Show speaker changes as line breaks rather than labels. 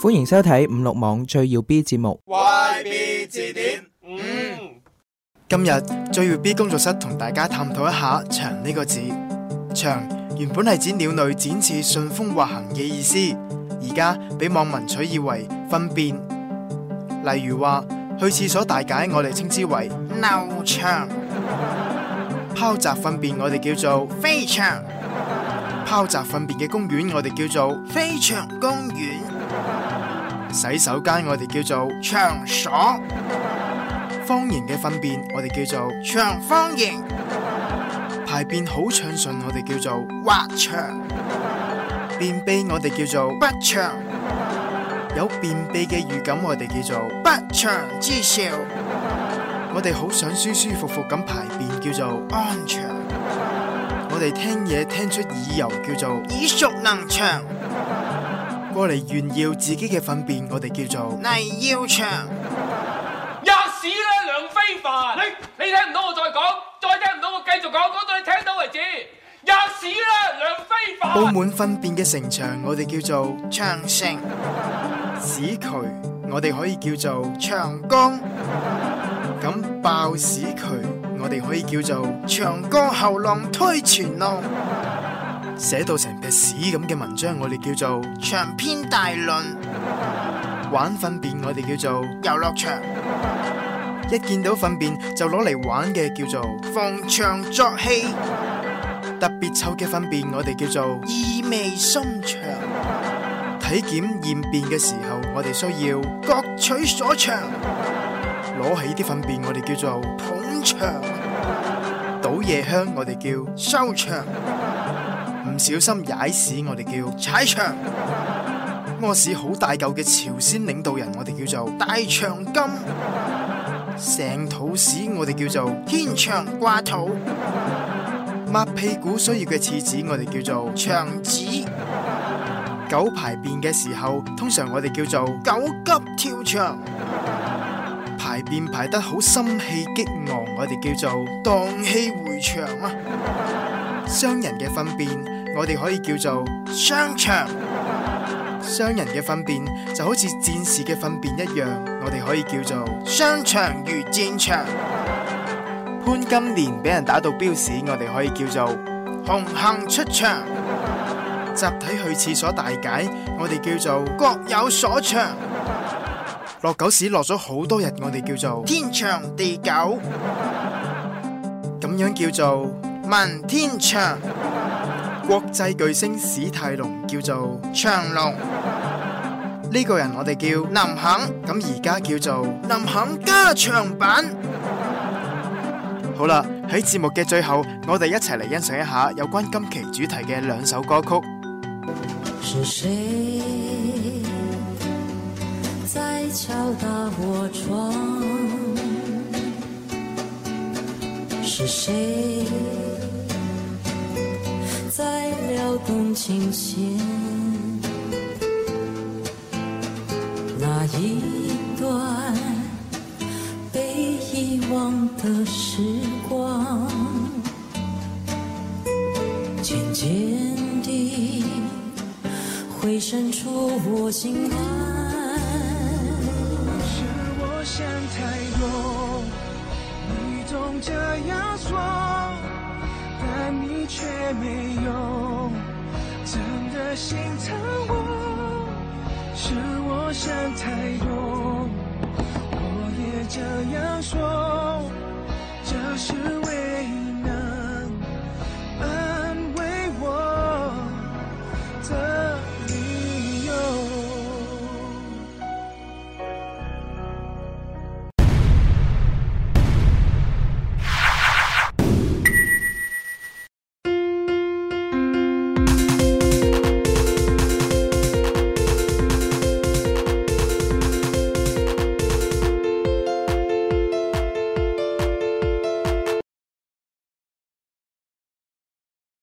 歡迎收睇五六網最耀 B 節目。
YB 字典，嗯，
今日最耀 B 工作室同大家探討一下「翔」呢個字。「翔」原本係指鳥類展翅順風滑行嘅意思，而家俾網民取意為糞便。例如話去廁所大解，我哋稱之為溜翔；拋擲糞便，我哋叫做飛翔；拋擲糞便嘅公園，我哋叫做飛翔公園；洗手間，我哋叫做場所。方形嘅糞便，我哋叫做長方形；排便好暢順，我哋叫做滑翔；便秘我哋叫做不長；有便秘嘅預感，我哋叫做不祥之兆。我哋好想舒舒服服咁排便，叫做安詳。我哋聽嘢聽出耳油，叫做耳熟能詳。過嚟炫耀自己嘅糞便，我哋叫做泥要長。
吔屎啦，梁非凡！你你聽唔到我再講，再聽唔到我繼續講，講到你聽到為止。吔屎啦，梁非凡！
布滿糞便嘅城牆，我哋叫做長城；屎渠，我哋可以叫做長江；咁爆屎渠，我哋可以叫做長江後浪推前浪。寫到成撇屎咁嘅文章，我哋叫做長篇大論。玩糞便，我哋叫做遊樂場。一見到糞便就攞嚟玩嘅叫做逢場作戲。特別臭嘅糞便，我哋叫做意味深長。體檢驗便嘅時候，我哋需要各取所長。攞起啲糞便，我哋叫做捧場。倒夜香，我哋叫收場。唔小心踩屎，我哋叫踩場。屙屎好大嚿嘅朝鮮領導人，我哋叫做大長今。成肚屎，我哋叫做牽腸掛肚。抹屁股需要嘅廁紙，我哋叫做長紙。狗排便嘅時候，通常我哋叫做狗急跳牆。排便排得好心氣激昂，我哋叫做蕩氣迴腸啊！商人嘅糞便，我哋可以叫做商場。商人嘅糞便就好似戰士嘅糞便一樣，我哋可以叫做商場如戰場。潘金蓮俾人打到標屎，我哋可以叫做紅杏出牆；集體去廁所大解，我哋叫做各有所長；落狗屎落咗好多日，我哋叫做天長地久；咁樣叫做文天祥；國際巨星史泰龍叫做長龍。呢個人我哋叫林肯，咁而家叫做林肯加長版。好啦，喺節目嘅最後，我哋一齊嚟欣賞一下有關今期主題嘅兩首歌曲。
是谁在敲打我窗？是谁在撩动琴弦？那一段被遗忘的时光，渐渐地回渗出我心坎。
是我想太多，你总这样说，但你却没有真的心疼我。是我想太多，我也这样说，这是为